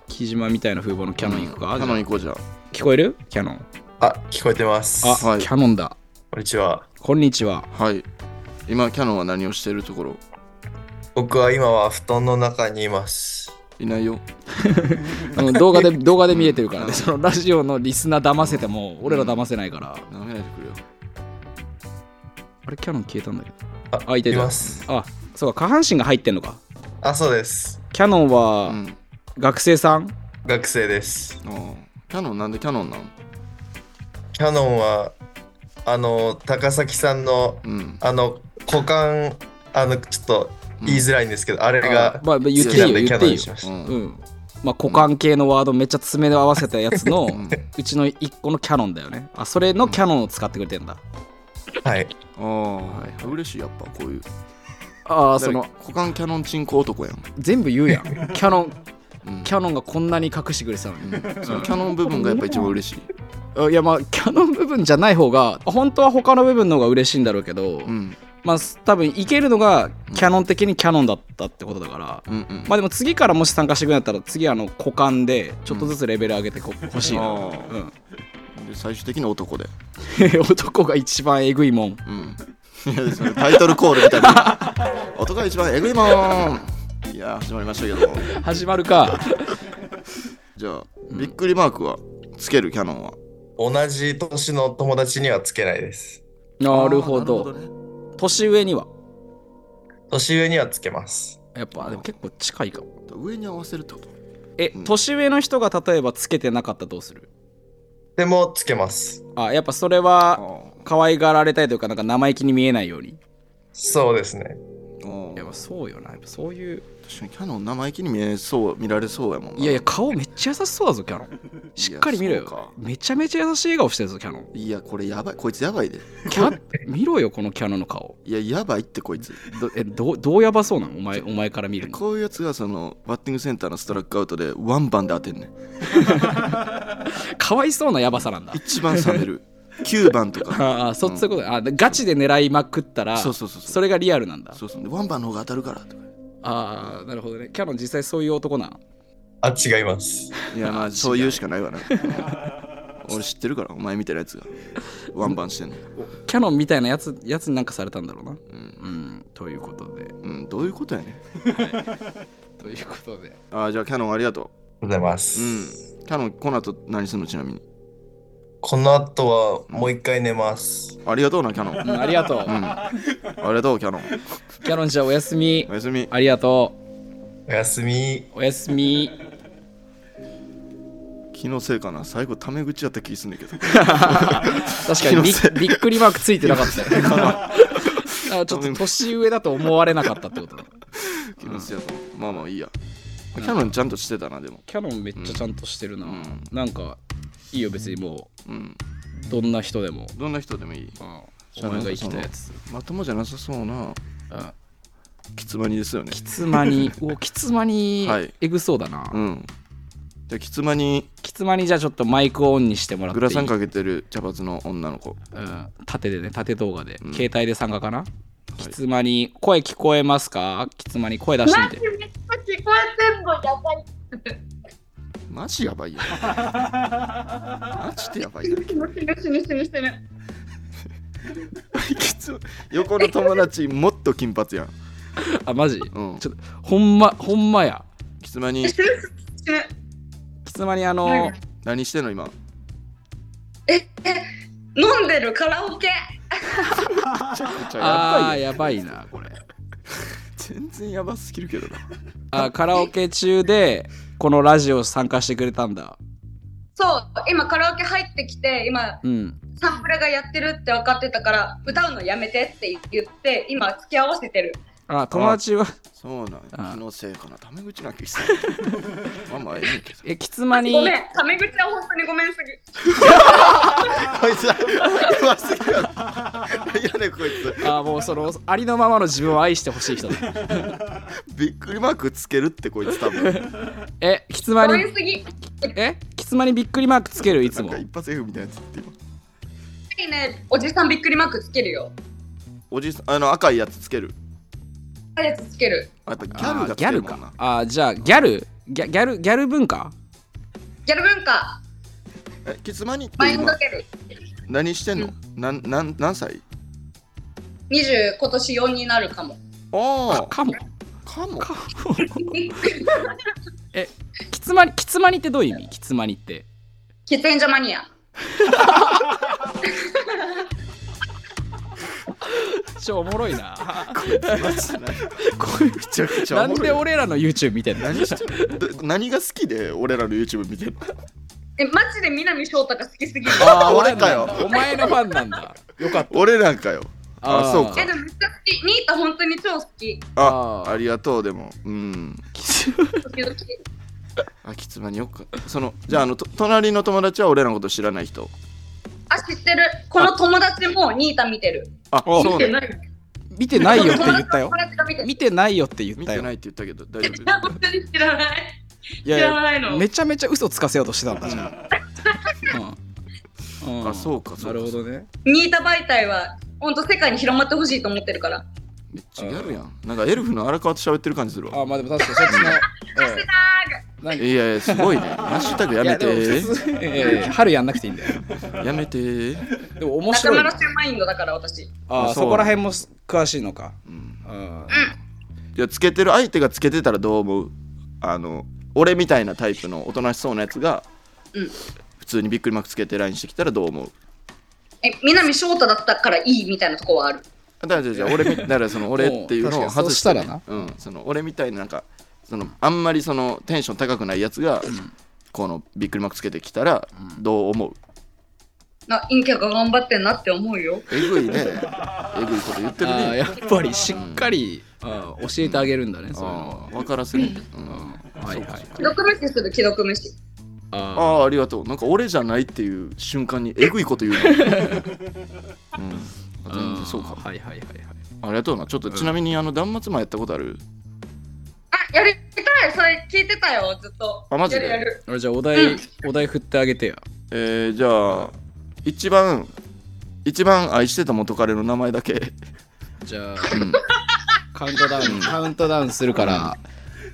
S3: 木島みたいな風貌のキャノン行くか、
S2: キャ
S3: じゃ
S2: ノ
S3: あ
S2: ン行こうじゃあ
S3: 聞こえるキャノン
S1: あ、聞こえてます。
S3: あ、
S2: はい
S3: キャノンだ
S1: こんにちは。
S3: こんにちは
S2: はい今キャノンは何をしてるところ
S1: 僕は今は布団の中にいます。
S2: いないよ
S3: あの動画 <laughs> で動画で見れてるからねそのラジオのリスナー騙せても俺ら騙せないから、
S2: なめないでくれよ
S3: あれキャノン消えたんだけど
S1: あ、
S3: あいてた
S1: ます。
S3: あそうか下半身が入ってんのか
S1: あ、そうです。
S3: キャノン
S2: う
S3: は
S2: ん
S3: 学生さん、
S1: 学生です。
S2: あーキャノンなんでキャノンなん
S1: キャノンは、あの、高崎さんの、
S2: うん
S1: あの、股間、あの、ちょっと言いづらいんですけど、あれが
S3: まあ言って
S1: 好
S3: い
S1: き
S3: い
S1: な
S3: よ
S1: んでキ
S3: 言
S1: ャ
S3: っ
S1: ノ
S3: て
S1: ン
S3: いい
S1: にし
S3: よ
S1: まし
S2: う
S1: た。
S2: ん、
S3: うんまあ股間系のワードめっちゃ爪で合わせたやつの
S2: ん
S3: うちの一個のキャノンだよねあそれのキャノンを使ってくれてんだ
S1: はい。
S2: ああ、嬉しいやっぱこういう
S3: ああ
S2: あ
S3: そ
S2: その
S3: の
S2: 股間キャノンチンコ男やん、
S3: 全部言うやん <laughs> キャノン
S2: うん
S3: キャノンがこんなに隠してくれてたのに
S2: そのキャノン部分がやっぱ一番嬉しい
S3: あいやまあキャノン部分じゃない方が本当は他の部分の方が嬉しいんだろうけど、
S2: うん
S3: まあ多分いけるのがキャノン的にキャノンだったってことだから、
S2: うんうん
S3: まあでも次からもし参加してくれんだったら次あの股間でちょっとずつレベル上げてこ欲しいな、
S2: あ
S3: うん
S2: ーで最終的に男で
S3: <laughs> 男が一番えぐいもん
S2: うんいやそれタイトルコールみたいな男が一番エグいもんいや始まりましたけど
S3: 始まる <laughs> か
S2: じゃあ、びっくりマークはつけるキャノンは
S1: 同じ年の友達にはつけないです。
S3: なるほど
S2: あーなるほね
S3: 年上には
S1: 年上にはつけます。
S3: やっぱでも結構近いかも
S2: 上に合わせるってこと
S3: え、
S2: うん
S3: 年上の人が例えばつけてなかったらどうする
S1: でも、つけます。
S3: あやっぱそれは
S2: あ
S3: 可愛がられたいというかなんか生意気に見えないように
S1: そうですね。
S2: あ
S3: やっぱそうよなやっぱそういう
S2: 確かにキャノン生意気に見えそう見られそうやもんない
S3: やいや顔めっちゃ優しそうだぞキャノ <laughs> ンしっかり見ろ
S2: そうか
S3: よめちゃめちゃ優しい笑顔してるぞキャノン
S2: いやこれやばいこいつやばいで
S3: キャ見ろよこのキャノンの顔
S2: いややばいってこいつ
S3: どえどうどうやばそうなのお前お前から見るの
S2: こういうやつがそのバッティングセンターのストライクアウトでワンバンで当てんねん
S3: かわいそうなやばさなんだ
S2: 一番冷 <laughs> める9番とか
S3: ああそそういうことあガチで狙いまくったら
S2: そうそうそうそう
S3: それがリアルなんだ
S2: そうそうでワンバンの方が当たるからとか
S3: ああなるほどねキャノン実際そういう男なん
S1: あ、違います。
S2: いやまあそういうしかない <laughs> わな俺知ってるからお前みたいなやつがワンバンしてんの、
S3: キャノンみたいなやつやつになんかされたんだろうな
S2: う
S3: うんんということで
S2: うん、どういうことやねん
S3: ということで
S2: あーじゃあキャノンありがと
S1: ありがとうございま
S2: う
S1: す。
S2: うんキャノンこの後何するのちなみに
S1: この後はもう一回寝ます。
S2: ありがとうなキャノン、うん、
S3: うんありがとう、
S2: ありがとうキャノン
S3: キャノンじゃあおやすみ
S2: <laughs> おやすみ
S3: ありがと
S1: おやすみ。
S3: うおやすみ
S2: 気のせいかな最後タメ口やった気すんねんけど
S3: 確かにびびっくりマークついてなかったよねあちょっと年上だと思われなかったってことだ
S2: 気のせいやと思う、まあまあいいやキャノンちゃんとしてたなでも
S3: キャノンめっちゃちゃんとしてるな、
S2: ん
S3: なんかいいよ別にも
S2: うん
S3: うどんな人でも、
S2: どんな人でもいい
S3: お前が生きたやつ、
S2: まともじゃなさそうな
S3: うん、
S2: きつまにですよね
S3: きつ
S2: <laughs>
S3: まにおきつまに
S2: はい
S3: えぐそうだな、
S2: うんじゃあきつまに
S3: きつまにじゃあちょっとマイクをオンにしてもらって
S2: グ
S3: いい
S2: ラサンかけてる茶髪の女の子
S3: うん、縦でね縦動画で、携帯で参加かな、きつまに声聞こえますかきつまに声出してみ
S4: マジ
S3: て
S4: めっちゃ聞こえてんのやばい。
S2: マジやば
S5: <laughs>
S2: いよマジでやばいよ
S4: 死ぬ死ぬ死ぬ死ぬ死ぬ。
S2: きつ横の友達もっと金髪やん
S3: あマジ
S5: うん
S3: ちょっとほんまほんまや
S5: キツマに
S4: してるしてる
S3: きつまにあの、
S4: はい
S5: 何してんの今
S4: ええ飲んでるカラオケ
S5: じゃあ
S3: あ
S5: やば
S3: ー
S5: いよ
S3: やばいなこれ
S5: <laughs> 全然やばすぎるけどな
S3: あーカラオケ中でこのラジオ参加してくれたんだ
S4: そう今カラオケ入ってきて今
S3: うん
S4: サンプラがやってるって分かってたから歌うのやめてって言って今付き合わせてる
S3: あ友達は
S5: そうなん
S3: あ
S5: や気のせいかなタメ口なんてして
S2: <laughs>
S5: ないまあまあいいけど
S3: えきつまに
S4: ごめんタメ口は本当にごめんすぎ
S2: こいつはやばすぎるやろやねこい
S3: あーもうそのありのままの自分を愛してほしい人だ
S2: つびっくりマークつけるってこいつ多
S3: <laughs>
S2: 分
S3: えきつま
S4: ご
S3: に
S4: めんすぎ
S3: えきつまにびっくりマークつけるいつ
S2: なん
S3: も
S2: か一発 F みたいなやつって今
S4: いいねおじさんびっくりマークつけるよ
S2: おじさんあの赤いやつつける
S4: あやつつける
S2: あやっぱギャ
S3: あ
S2: ル
S3: ー
S2: がつ
S3: ギ
S2: け
S3: ャ
S2: る
S3: ル
S2: もん
S3: か
S2: な
S3: あーじゃあギャルギャギャルギャル文化
S4: ギャル文化
S2: えキツマニって
S4: マインド
S2: 今
S4: ギャル
S2: 何してんのなんなん何歳
S4: 20今年4になるか <laughs> も
S2: あ
S3: かも
S2: あかも
S3: きつまにきつまにってどういう意味きつまにって
S4: 喫煙者マニア
S3: ちょおもろいな
S2: マジで
S3: こういう
S2: めちゃくちゃ
S3: な
S2: お
S3: ん
S2: もろい
S3: で俺らの YouTube 見てんの
S2: 何してんのど何が好きで俺らの YouTube 見てるの
S4: えマジで南翔太が好きすぎる
S3: あ
S2: <laughs>
S3: ー
S2: 俺かよ
S3: お前のファンなんだ。よかっ
S2: 俺なんかよあ
S3: あー
S2: そうか
S4: えでもめっちゃ好きニータ本当に超好き
S2: あ
S3: あー
S2: ありがとうでもうん
S4: 時々
S5: あきつまによっか
S2: そのじゃああのと隣の友達は俺らのこと知らない人
S4: あ知ってるこの友達もニータ見てる
S2: あ
S3: お
S2: そ
S4: 見
S2: うね
S4: てない見
S3: 見てないよって言
S4: <laughs>
S3: ったよ
S4: 友。達が見てる
S3: 見てないよって言
S5: 見
S3: った
S5: て
S3: よ。
S5: ないって言ったけど大丈
S4: いや本当に知らない
S3: いやい
S4: 知らない
S3: や、
S4: の
S3: めちゃめちゃ嘘つかせようとしてたんだじゃあ。うんん
S5: あそうかそうか
S3: なるほどね。
S4: ニータ媒体は本当世界に広まってほしいと思ってるから
S5: 夫違うやんなんかエルフの荒川と喋ってる感じするわ
S3: あ、まあでも確かにそっちの。
S5: いやいやすごいねハッシュタグやめてー
S3: ええ春やんなくていいんだよ。
S5: やめてー
S3: でも面
S4: 仲
S3: 白い
S4: 間の
S3: な。
S4: 新マインドだから私
S3: あー
S5: あそう
S3: そこら辺も詳しいのか。
S5: うん
S3: うん
S2: いやつけてる相手がつけてたらどう思うあの俺みたいなタイプのおとなしそうなやつが、
S4: うん
S2: 普通にびっくりマークつけて LINE してきたらどう思う
S4: え南翔太だったからいいみたいなとこはある
S2: だからじゃあじゃあ俺みだからその俺っていうのを外して、ね、
S3: 確かに
S2: うん、その俺みたいななんかそのあんまりそのテンション高くないやつが、このびっくりマークつけてきたらどう思う、
S4: な陰キャが頑張ってんなって思うよ
S2: えぐいねえぐいこと言ってる
S3: あー
S2: ね
S3: やっぱりしっかりあー教えてあげるんだね、そういうの
S5: あー分からせる、うん
S3: は。うんはいはいはい。
S4: 既読無視する既読無視
S3: あー
S2: ああありがとうなんか俺じゃないっていう瞬間にえぐいこと言 <laughs> うなうんあ全然そうか
S3: はいはいはいはい。
S2: ありがとうなちょっとちなみにあの断末魔やったことある
S4: あやりたいそれ聞いてたよずっと
S2: あマジで
S4: やるやる
S3: 俺じゃあお題、お題振ってあげてよ。
S2: えー、じゃあ一番一番愛してた元彼の名前だけ
S3: じゃあ、カウントダウン、カウントダウンするから、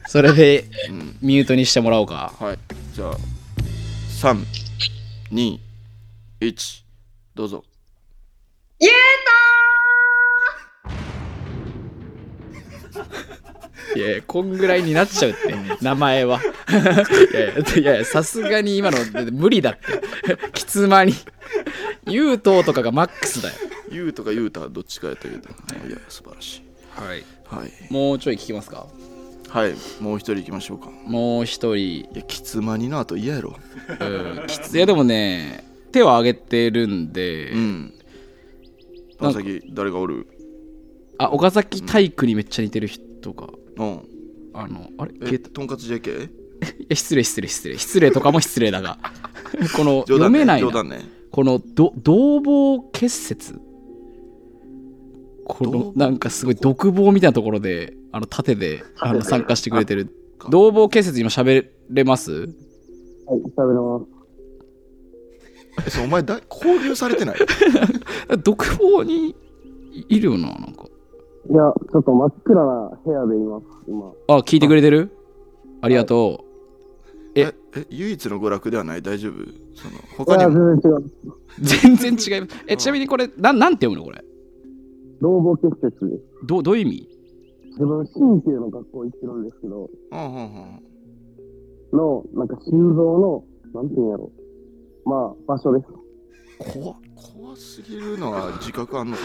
S3: それで
S2: うん
S3: ミュートにしてもらおうか。
S2: はいじゃあ321どうぞ
S4: 言え
S3: いやいや、こんぐらいになっちゃうって、名
S2: <laughs>
S3: 前は。いやいやいやいや、さすがに今の無理だ
S2: <laughs>
S3: って。きつまに。優等とかがマックスだよ。
S2: ゆうとかゆうたどっちかやったけどいや素晴らしい
S3: はい。
S2: はい
S3: もうちょい聞きますか。
S2: はいもう一人行きましょうか
S3: もう一人。
S2: いやきつまになあと嫌やろ
S3: うん、きついやでもね、手を挙げてるんで、
S2: うん
S3: な
S2: 川
S3: んか
S2: 崎誰がおる
S3: あ、岡崎体育にめっちゃ似てる人が。
S2: うん
S3: あの、あれ
S2: えとんかつ JK?
S3: いや失礼失礼失礼失礼とかも失礼だ
S2: <laughs>
S3: がこの
S2: 冗
S3: 読
S2: 談ね
S3: めない
S2: 冗
S3: な
S2: 談ね
S3: このど同房結節この
S2: 同
S3: なんかすごい独房みたいなところであの盾であの参加してくれてる
S2: あ
S3: 同房結節今喋れます
S2: えそうお <laughs> 前だ交流されてない
S3: 独房にいるよななんか
S6: いや、ちょっと真っ暗な部屋でいます、今。
S3: あ聞いてくれてるありがとえ
S2: ええ唯一の娯楽ではない大丈夫その
S6: い
S2: 他
S6: や、
S2: にも
S6: 全然違う。
S3: う全然違います <laughs> えちなみにこれなんなんて読むのこれ
S6: 老母結節です。
S3: <laughs> どうどういう意味
S6: 自分、新旧の学校行ってるんですけど、
S2: うんうんうん
S6: の、なんか心臓の、なんていうんやろ。まあ、場所です。
S2: 怖怖すぎるのは自覚あんのか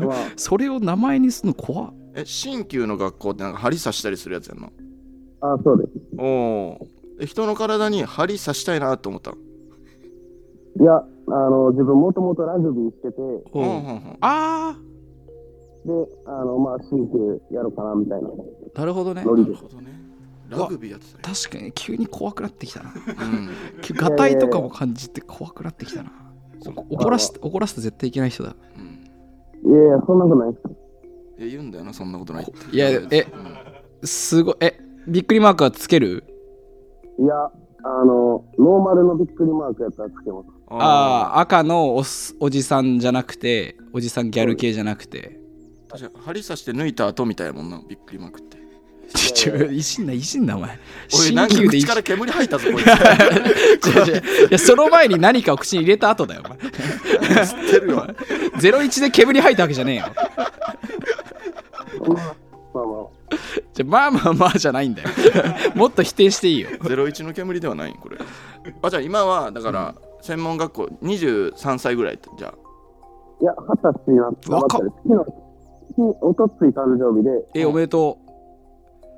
S2: な
S6: まあ、
S3: それを名前にするの怖っ
S2: え新旧の学校ってなんか針刺したりするやつやんな
S6: ああ、そうです。
S2: おおーえ人の体に針刺したいなと思った
S6: いや、あの、自分もともとラグビーしてて、
S2: うんう
S3: おうん
S2: うん
S3: あ
S6: で、あの、まあ、新旧やろうかな、みたいな。
S3: ーなるほどね
S6: ノリで
S2: なる。ほどねラグビーやってたよ
S3: 確かに急に怖くなってきたな
S2: うん
S3: きガタイとかも感じて怖くなってきたなお怒らして怒らせて絶対いけない人だ
S2: うん
S6: いやいや、そんなことないです。
S2: え言うんだよなそんなことないって
S3: いやえ
S2: うん
S3: すごいえびっくりマークはつける
S6: いや、あの、ノーマルのびっくりマークやったらつけます。
S3: ああー赤のおすおじさんじゃなくておじさんギャル系じゃなくて
S2: 確かに針刺して抜いた後みたいやもんなびっくりまくって
S3: ちょちょいじんないじんなお前
S2: おい
S3: <laughs> 新
S2: なんか
S3: 旧で
S2: 口
S3: いじ
S2: か
S3: ん
S2: ら煙吐いたぞこいつ <laughs>
S3: 違う違ういやその前に何かを口に入れた後だよお前
S2: 吸ってるよ
S3: <laughs> ゼロ一で煙吐いたわけじゃねえよ
S6: まあまあまあ、
S3: じゃまあまあまあじゃないんだよもっと否定していいよ
S2: 01の煙ではないんこれあじゃあ今はだから専門学校23歳ぐらいってじゃ
S6: いや、二十歳になってなかったです。昨日、昨日おとつい誕生日で、
S3: えおめでと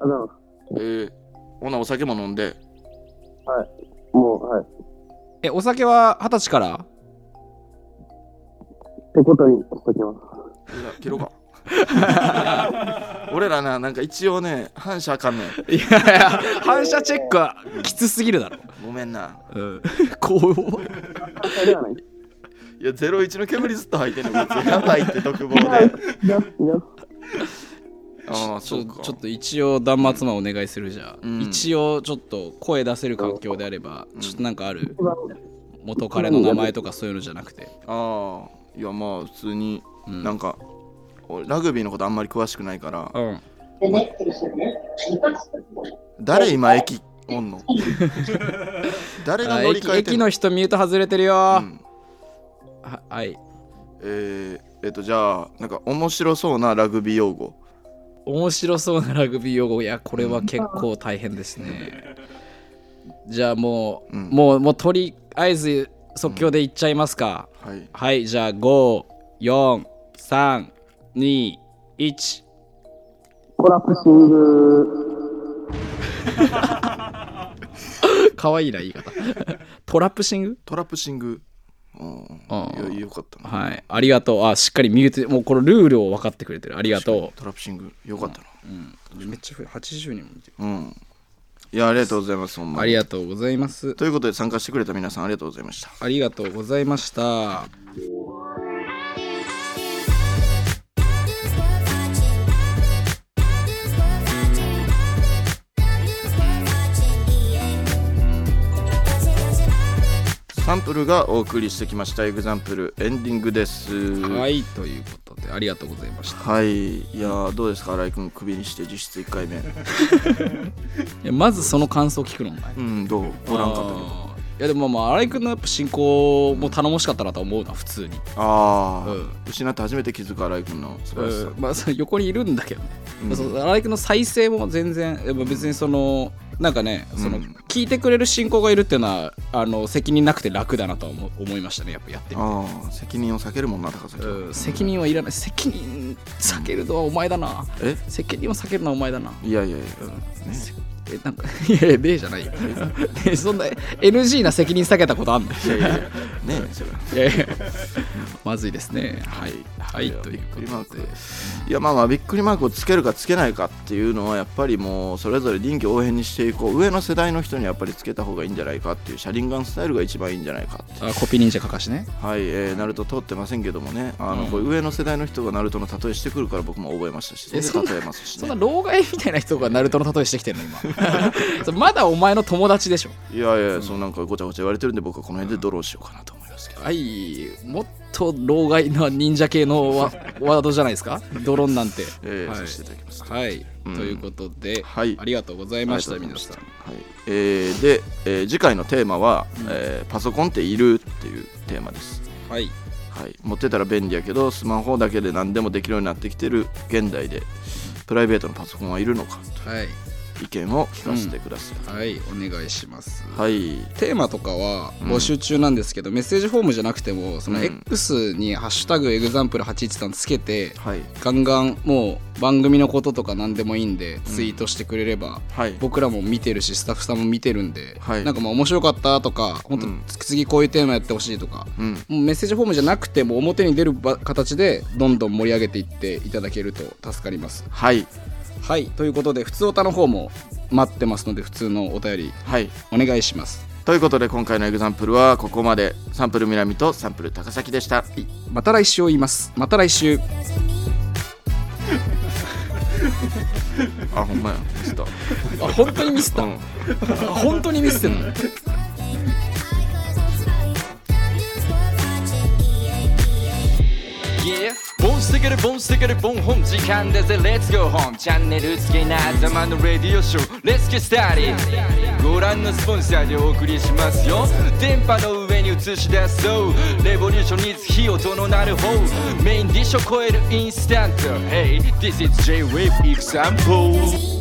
S6: あの、
S2: あえー、ほなお酒も飲んで
S6: もう、はい。
S3: うえお酒は二十歳から
S6: ってことにしときます。
S2: いや切ろうか <laughs> 俺らななんか一応ね反射あかんねん
S3: いやいや反射チェックはきつすぎるだろ
S2: ごめんな
S3: うんこう
S6: あそれではない。い
S2: いや01の煙ずっと吐いてんねんこいつやばいって独
S3: <laughs>
S2: 房で
S6: や、いや、
S2: ああ
S3: ち
S2: そ
S3: ょ
S2: うか
S3: ちょっと一応断末魔お願いするじゃあ、
S2: うん
S3: 一応ちょっと声出せる環境であれば、
S2: うん
S3: ちょっとなんかある
S6: 一番、
S3: 元彼の名前とかそういうのじゃなくて、
S2: ああいやまあ普通に
S3: うん、
S2: なんか、俺ラグビーのことあんまり詳しくないから
S3: うん
S2: 誰今駅おんの <laughs> 誰が
S3: あ
S2: 乗り換
S3: 駅
S2: えて
S3: 駅
S2: んの
S3: の人ミュート外れてるよ、は
S2: うん
S3: はい
S2: えー、えっとじゃあなんか面白そうなラグビー用語
S3: 面白そうなラグビー用語いやこれは結構大変ですねじゃあもう、
S2: うん
S3: もうもうとりあえず即興でいっちゃいますか、
S2: はい
S3: はいじゃあ54321
S6: コラプシング、
S3: かわいいな言い方 <laughs> トラップシング
S2: トラプシングうん
S3: あー
S2: いやよかったな
S3: はいありがとうあしっかりミュートもうこのルールを分かってくれてるありがと
S2: トラプシングよかったな
S3: う、めっちゃ増え80人も見てる
S2: うん、いやありがとうございますほんま
S3: あ
S2: に
S3: りがとうございます
S2: ということで参加してくれた皆さんありがとうございました
S3: ありがとうございました
S2: サンプルがお送りしてきましたエグザンプルエンディングです
S3: はいいということでありがとうございました
S2: はいいやーどうですか新井君クビにして実質1回目
S3: いやまずその感想聞くのお前
S2: うんどうおらんかったけど
S3: あーいやでもまあ新井君のやっぱ進行も頼もしかったなとは思うな普通に、
S2: ああ、
S3: うん
S2: 失って初めて気づく新井君の素晴らしさ、
S3: まあ、その横にいるんだけどね、
S2: うん
S3: その新井君の再生も全然やっぱ別にそのなんかねその、
S2: うん
S3: 聞いてくれる進行がいるっていうのはあの責任なくて楽だなとは思思いましたねやっぱやってみて
S2: ああ責任を避けるもんな高崎は、
S3: うん責任はいらない責任避けるのはお前だな
S2: え
S3: 責任を避けるのはお前だない
S2: やいやいや、ね
S3: えなんかいやいやねえじ
S2: <laughs>
S3: ゃないよねえそんな NG な責任避けたことあんの
S2: いやいやいやねえそれはい
S3: やいやまずいですね。はい。はい、というこ
S2: びっくりマー
S3: と
S2: ク
S3: で。
S2: いやまあまあびっくりマークをつけるかつけないかっていうのはやっぱりもうそれぞれ臨機応変にしていこう上の世代の人にやっぱりつけた方がいいんじゃないかっていうシャリンガンスタイルが一番いいんじゃないかって
S3: あコピー忍者かかしね。
S2: はい、えー、ナルト通ってませんけどもねあの、
S3: うん
S2: こういう上の世代の人がナルトの例えしてくるから僕も覚えましたし
S3: え
S2: それで例えますし、
S3: そん
S2: ね
S3: な、老害みたいな人がナルトの例えしてきてるの <laughs> 今それまだお前の友達でしょ
S2: いやいやそうなんかごちゃごちゃ言われてるんで僕はこの辺でドローしようかなと思いますけど、
S3: はいもっと老害な忍者系の <laughs> ワワードじゃないですかドローンなんて
S2: えー
S3: はい
S2: させていただきます
S3: はい、
S2: うん
S3: ということで、
S2: はい
S3: ありがとうございました
S2: ありが
S3: 皆
S2: とうござ
S3: さん
S2: はいえーで、えー次回のテーマは、えーパソコンっている?」っていうテーマです。
S3: はい
S2: はい、持ってたら便利やけどスマホだけで何でもできるようになってきてる現代でプライベートのパソコンはいるのか
S3: はい
S2: と意見を聞かせてください、
S3: はいお願いします、
S2: はい
S3: テーマとかは
S2: うん
S3: 募集中なんですけど、メッセージフォームじゃなくてもそうの
S2: ん
S3: X に「ハッシュタグエグザンプル813」つけて
S2: はい
S3: ガンガンもう番組のこととか何でもいいんでツイートしてくれれば、
S2: はい
S3: 僕らも見てるしスタッフさんも見てるんで、
S2: はい
S3: なんかまあ面白かったとか本当、
S2: うん
S3: 次こういうテーマやってほしいとか
S2: うん
S3: もうメッセージフォームじゃなくても表に出るば形でどんどん盛り上げていっていただけると助かります
S2: はい
S3: はいということで普通おたの方も待ってますので普通のお便り
S2: はい
S3: お願いします
S2: ということで今回のエグザンプルはここまでサンプル南とサンプル高崎でした
S3: また来週を言いますまた来週
S2: あほんまやちょっと
S3: あ本当にミスった、
S2: うん
S3: 本当にミスってんの、
S7: Yeah ボンステケレボンステケレボンホーム時間だぜ Let's go home チャンネルつけない頭のレディオショー Let's get started ご覧のスポンサーでお送りしますよ電波の上に映し出そうレボリューションに火音のなる方メインディッシュを超えるインスタント Hey this is J-Wave example